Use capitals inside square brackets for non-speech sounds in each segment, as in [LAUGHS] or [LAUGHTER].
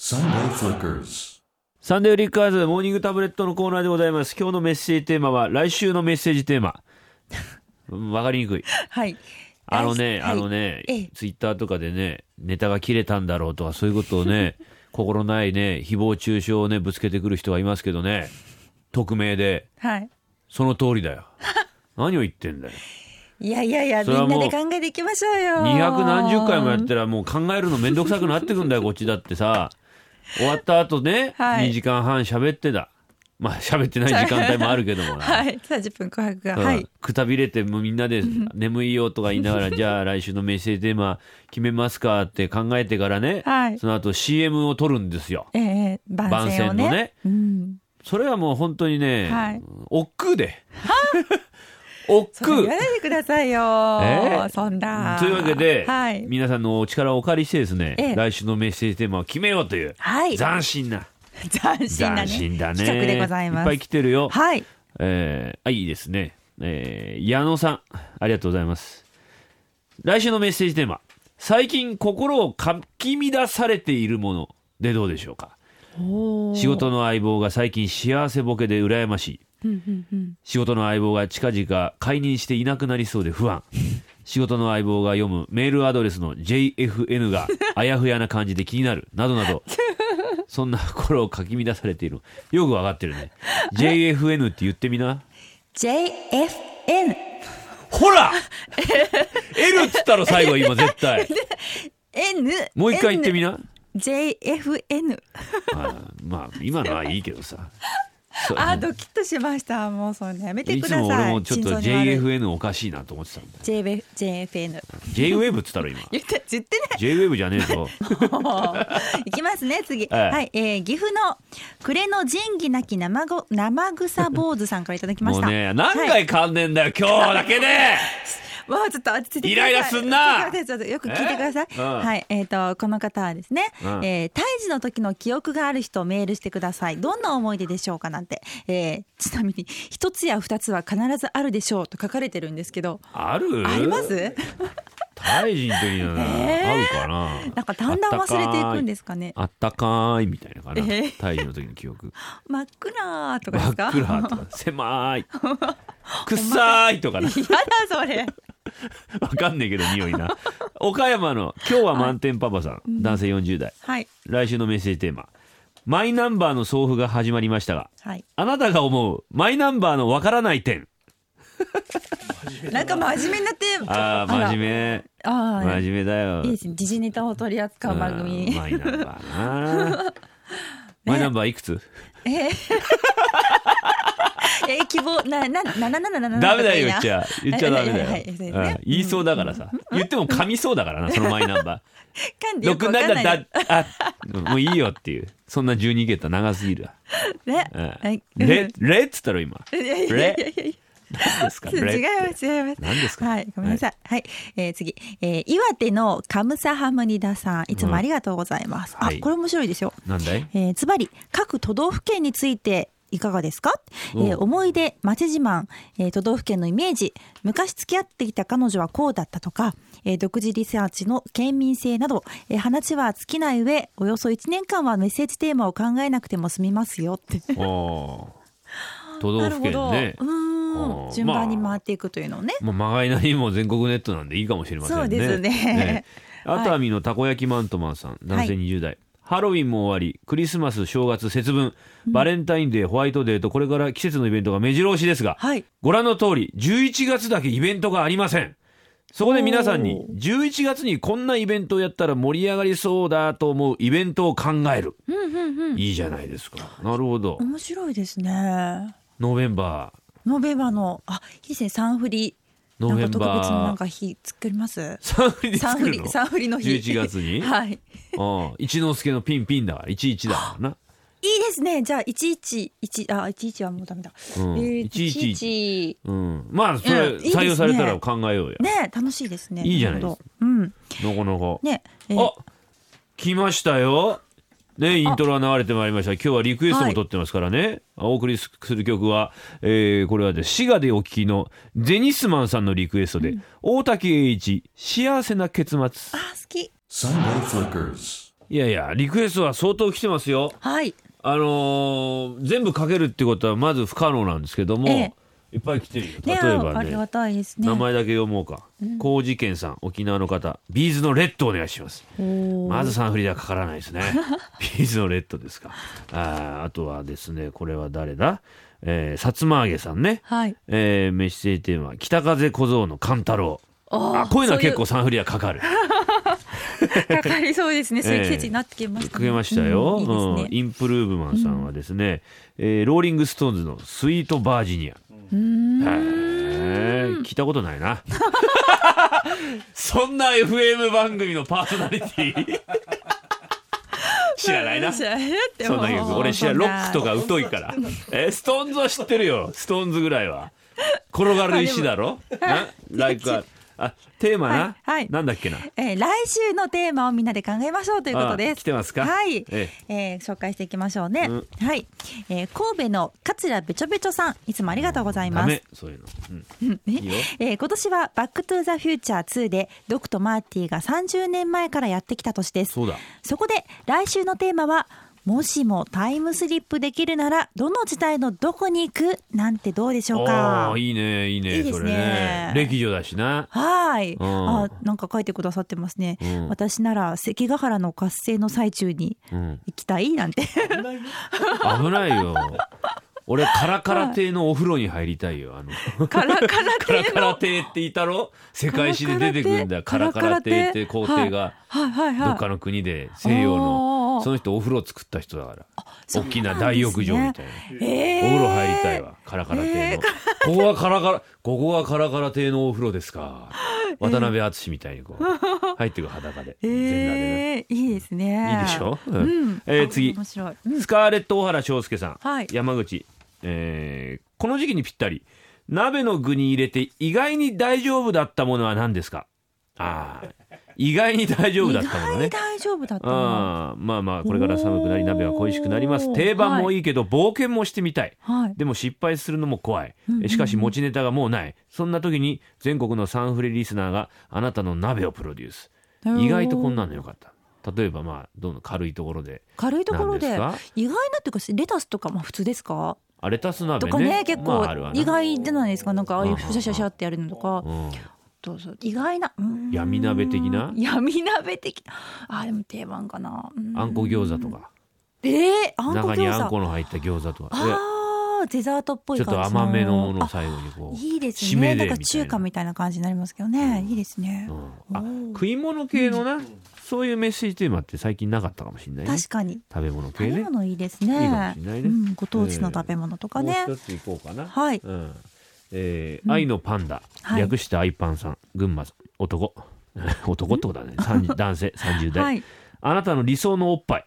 Sunday Flickers. サンデーリッカーズモーニングタブレットのコーナーでございます。今日のメッセージテーマは、来週のメッセージテーマ。 [LAUGHS] うんわかりに [LAUGHS] くい。はい。あのね、はいあのねええ、ツイッターとかでね、ネタが切れたんだろうとか、そういうことを [LAUGHS] ね、心ないね、誹謗中傷をね、ぶつけてくる人がいますけどね、匿名で、はい。その通りだ [LAUGHS] よ。何を言ってんだよ。いやいやいや、そみれはんもなうで考えていきましょうよ。二百何十回もやったらもう考えるのめんどくさくなってくんだよ、こっちだってさ。終わった後ね、はい2時間半喋ってだ。まあ喋ってない時間帯もあるけどもな。はい。30分琥珀が。うんはい。くたびれてもうみんなで眠いよとか言いながら、[LAUGHS] じゃあ来週のメッセージテーマ決めますかって考えてからね、はいその後 CM を撮るんですよ。ええ番宣番をね。宣のねうん。それはもう本当にね、はい億劫 [LAUGHS] で。億それ劫言わないでくださいよ。ええそんな。というわけで、はい。皆さんのお力をお借りしてですね、ええ来週のメッセージテーマを決めようという、はい。斬新な斬新なね。斬新だね企画でございいっます。ぱい来てるよ、はい。えーあいいですね、えー矢野さんありがとうございます来週のメッセージテーマ最近心をかき乱されているものでどうでしょうか仕事の相棒が最近幸せボケで羨ましい仕事の相棒が近々解任していなくなりそうで不安仕事の相棒が読むメールアドレスの JFN があやふやな感じで気になるなどなどそんな心をかき乱されているよくわかってるね JFN って言ってみな JFN。ほら L っつったろ最後今絶 [LAUGHS] 対 N。もう一回言ってみな。な JFN。あまあ今のはいいけど [LAUGHS] さそうあー、ドキッとしました。もうそんなやめていくだつさい。も俺もちょっと心臓に悪い JFN おかしいなと思ってたんだ JF JFN。 JWAVE っつったろ今言って、言ってない。 JWAVE じゃねえ [LAUGHS] ぞいきますね次、ええはい、えー、岐阜の暮れの仁義なき生ご生草坊主さんからいただきまもしうた。ね何は回い、噛んでんだよ、今日だ [LAUGHS] けでわあちょっと落ち着いてくださいイライラすんなちょっと待ってちょっとよく聞いてください。えうんはい、えっ、とこの方はですね、うんえー胎児の時の記憶がある人をメールしてください。どんな思い出でしょうかなんて、えーちなみに一つや二つは必ずあるでしょうと書かれてるんですけど、あるあります？胎児の時なの、えーあるかななんかだんだん忘れていくんですかね。あったかーいみたいなかな、えー胎児の時の記憶真っ暗とかで真すっか？暗とか狭ーいくっさーいとかな [LAUGHS] 嫌だそれ。 [LAUGHS] わかんねえけど匂いな岡山の今日は満点パパさん男性40代はい来週のメッセージテーママイナンバーの送付が始まりましたがはい。あなたが思うマイナンバーのわからない点なんか真面目になって。ああ真面目ら。ああ、真面目だよいいですね。時事ネタを取り扱う番うん組。マイナンバー [LAUGHS] なマイナンバーいくつ、ええ。え希望なな七七七。ダメだよ言っちゃ言っちゃダメ [LAUGHS] はいはだよいはいそうですうねん言いそうだからさ言っても噛みそうだからなそのマイナンバ噛んー [LAUGHS] でよく六わかなんんなだい。だあもういいよっていうそんな12桁長すぎるわね。うんはい。レレっつったろ今いやいやいやいやいや。何ですか違いレます違います。何ですかはい、ごめんなさい。はい、えー次、えー岩手のカムサハムニダさん、いつもありがとうございます。うんあは、いこれ面白いですよ。なんだいえー、つまり各都道府県についていかがですか、えーお思い出町自慢、えー都道府県のイメージ昔付き合ってきた彼女はこうだったとか、えー独自リサーチの県民性など、えー話は尽きない上およそ1年間はメッセージテーマを考えなくても済みますよって。お [LAUGHS] ー都道府県ねうーあんー順番に回っていくというのをね、まあ、まがいなりも全国ネットなんでいいかもしれませんね。そうですね [LAUGHS] はい熱海のたこ焼きマントマンさん、男性20代。ハロウィンも終わり、クリスマス、正月、節分、バレンタインデー、ホワイトデーと、これから季節のイベントが目白押しですが、はいご覧の通り、11月だけイベントがありません。そこで皆さんに、11月にこんなイベントをやったら盛り上がりそうだと思うイベントを考える。いいじゃないですか。なるほど。面白いですねノーベンバー、ノベバのあいいですねサンフリノーベなンんバーか特別のなんか日作りますサンフリでサン作フるのリサンフリの日11月に [LAUGHS] はいうん一之輔のピンピンだから11だからな。いいですねじゃあ111あ111はもうダメだ、うんえー111 111うん、まあそれうんいいですね採用されたら考えようや、ね楽しいですねいいじゃないるですほどうんなかなか、ねえーあ来ましたよねイントロが流れてまいりました今日はリクエストも取ってますからね、お送りする曲は、えーこれはで滋賀でお聴きのゼニスマンさんのリクエストで、大竹栄一「幸せな結末」あ好き Sunday Flickers. いやいやリクエストは相当来てますよはい。あのー全部かけるってことはまず不可能なんですけども、えいっぱい来てるよ例ねえあばりねがたいですね。名前だけ読もうか、高知県さん沖縄の方ビーズのレッドお願いしますおーまずサンフリではかからないです [LAUGHS] ねビーズのレッドですかあーあとはですねこれは誰だ、えー、さつま揚げさんね、 [LAUGHS] はい。えー、メッセージテーマは北風小僧の勘太郎ああーこういうのは結そ構サンフリはか [LAUGHS] かるういうかかりそうですね。そういう季節になってきましたかね。けましたよ、うんいいうんインプルーブマンさんはですね、えーローリングストーンズのスイートバージニアですね。うん。へー聞いたことない [LAUGHS] なそんな FM 番組のパーソナリティ [LAUGHS] 知ら [LAUGHS] ないな知そらないってんな曲俺知らそんロなックとか疎いから [LAUGHS] えストーンズは知ってるよストーンズぐらいは転がる石だろなライクああテーマな、はいはいなんだっけなえー来週のテーマをみんなで考えましょうということであ来す。てますかはい、ええー紹介していきましょうね。うんはい、えー神戸の桂べちょべちょさん、いつもありがとうございダますメ。そういうの、うんねいいよえー今年はバックトゥザフューチャー2でドクとマーティが30年前からやってきた年です。そうだそこで来週のテーマはもしもタイムスリップできるならどの時代のどこに行くなんてどうでしょうかあー。いいねいいねいいでそすねれね歴女だしなはい、んあ、なんか書いてくださってますね。うん私なら関ヶ原の合戦の最中にうん行きたいなんて。 [LAUGHS] 危ないよ俺カラカラ亭のお風呂に入りたいよあのカ [LAUGHS] ラカラカラ亭カのラ亭っていたろ世界史で出てくるんだカラカラ亭って皇帝がはいはいはいどっかの国で西洋おのーその人お風呂作った人だからそ大うなんですきねな大浴場みたいなえおー風呂入りたいわカラカラえ亭ーのここはカラカラここはカラカラ亭のお風呂です [LAUGHS] か渡辺淳みたいにこう入ってく裸でえ全裸でねーいいですねいいでしょうんうんえーあ次面白い、うんスカーレット・小原翔介さん、はい山口、えーこの時期にぴったり鍋の具に入れて意外に大丈夫だったものは何ですかあー意外に大丈夫だったものね意外に大丈夫だったのあーまあまあこれから寒くなり鍋は恋しくなりまおすー定番もいいけど冒険もしてみたいはいでも失敗するのも怖いうんうんうんしかし持ちネタがもうないそんな時に全国のサンフレリスナーがあなたの鍋をプロデュース意外とこんなのよかった例えばまあどんどん軽いところで軽いところで何ですか意外なっていうかレタスとかも普通ですかあレタス鍋とねかね結ま構ああるわな意外じゃないですかなんかああいううんシャシャシャってやるのとかうんそうそう意外なうーん闇鍋的な闇鍋的なあでも定番かなうーんあんこ餃子とかえー、あんこ中にあん餃子この入った餃子とかであーデザートっぽいちょっ感じと甘めのものを最後にこういいです締めねでみたなんいかな中華みたいな感じになりますけどねいいですねうんあおー食い物系のなそういうメッセージテーマって最近なかったかもしれないね確かに食べ物系食べね物いいですいいかもねしれないねうんご当地の食べ物とかねもう一ついこうかなはいうんえー愛のパンダはい略して愛パンさん群馬さん男 [LAUGHS] 男って [LAUGHS] ことだね30男性30は代いあなたの理想のおっぱい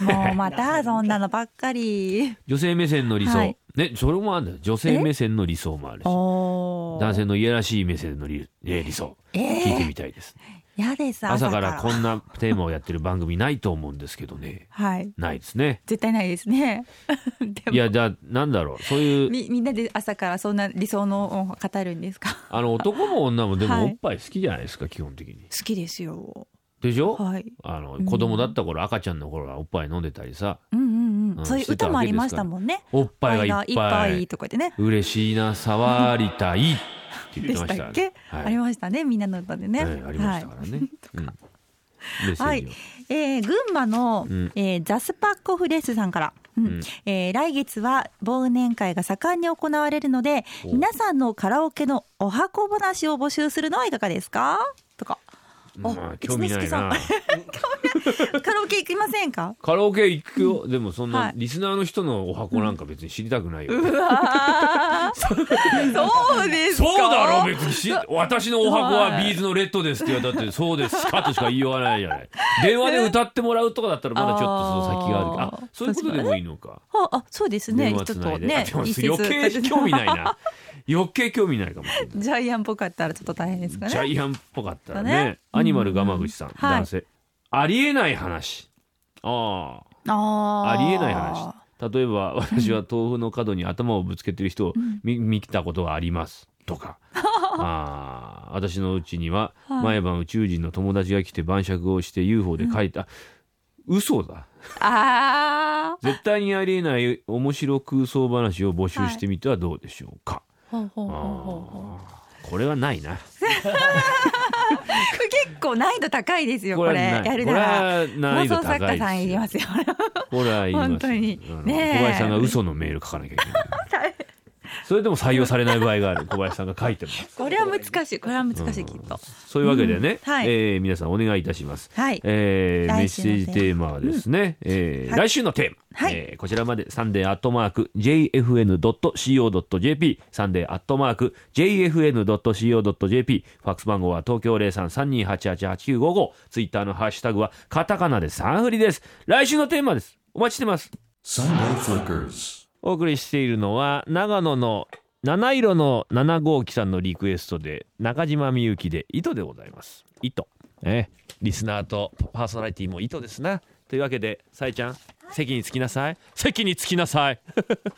もうまたそんなのばっ [LAUGHS] かり女性目線の理想、はいねそれもあるんだよ女性目線の理想もあるしお男性のいやらしい目線の理,、えー理想聞いてみたいです、やです朝からこんなテーマをやってる番組ないと思うんですけどねはいないですね絶対ないですね [LAUGHS] でもいやじゃあなんだろうそういうみみんなで朝からそんな理想のうん語るんですか [LAUGHS] あの男も女もではもいおっぱい好きじゃないですか基本的に好きですよでしょ、はいあの子供だった頃赤ちゃんの頃はおっぱい飲んでたりさうんうんうん、うんそういう歌もありましたもんねおっぱいおがっいっぱいとかでね嬉しいな触りたいって言でってしましたたっけ、はいありましたねみんなの歌でね、はいありましたからね、うん、メッセはージいを、えー群馬の、うんえーザスパッコフレスさんから、うんうんえー来月は忘年会が盛んに行われるのでお皆さんのカラオケのお箱話を募集するのはいかがですかと [LAUGHS] かおまあ、興味ない一之輔さなんカラオケ行きませんかカラオケ行く [LAUGHS] よでもそんはないリスナーの人のお箱なんか別に知りたくないよ、うわーそうですかそうだろ別にし私のお箱はビーズのレッドですって言われたってそうですかとしか言いようがないじゃない電話で歌ってもらうとかだったらまだちょっとその先があるあけどーあそういうことでもいいのかああそうですね電話ちょつっなといでねあでも一節余計興味ないな [LAUGHS] 余計興味ないかもしれない [LAUGHS] ジャイアンっぽかったらちょっと大変ですかジャねイアンっぽかったらだねねアニマルガ口さん、うんはい男性ありえない話ああああーりえない話例えば私は豆腐の角に頭をぶつけてる人を見,、見たことがありますと [LAUGHS] かあー私のうちにははい毎晩宇宙人の友達が来て晩酌をして UFO で帰った、嘘だああ。絶対にありえない面白空想話を募集してみてはどうでしょうか、ほうほうほうほうほう。あーこれはないなこれ結構難易度高いですよ。これはないやるこなれら。は難妄易度想作高い家さんいりでますすよ。これはいります本当にあのねえ小林さんが嘘のメール書かなきゃいけないそれでも採用されない場合がある小林さんが書いてますこれは難しい。これは難しいきっと。そういうわけでね、うんはいえー皆さんお願いいたします、はいえーメッ来セ週のージテーマはですね、えーはい来週のテーマ、はいえーこちらまでサンデーアットマーク JFN.CO.JP サンデーアットマーク JFN.CO.JP ファックス番号は東京0332888955ツイッターのハッシュタグはカタカナでサンフリです来週のテーマですお待ちしてます Sunday Flickers. お送りしているのは長野の七色の七号機さんのリクエストで中島みゆきで糸でございます糸ええリスナーとパーソナリティも糸ですなというわけでさえちゃん席に着きなさい席に着きなさい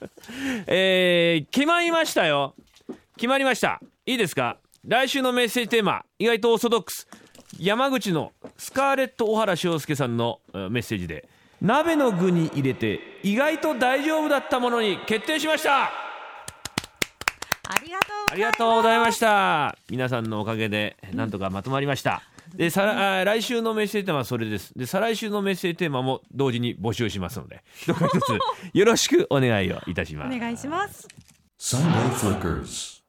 [LAUGHS] えー決まりましたよ決まりましたいいですか来週のメッセージテーマ意外とオーソドックス山口のスカーレット小原翔介さんのえーメッセージで鍋の具に入れて意外と大丈夫だったものに決定しましたありがとう。ありがとうございました皆さんのおかげでなんとかまとまりましたでさらあー来週のメッセージテーマはそれですで再来週のメッセージテーマも同時に募集しますのでどうか一つよろしくお願いをいたしますお願いします。 Sunday Flickers.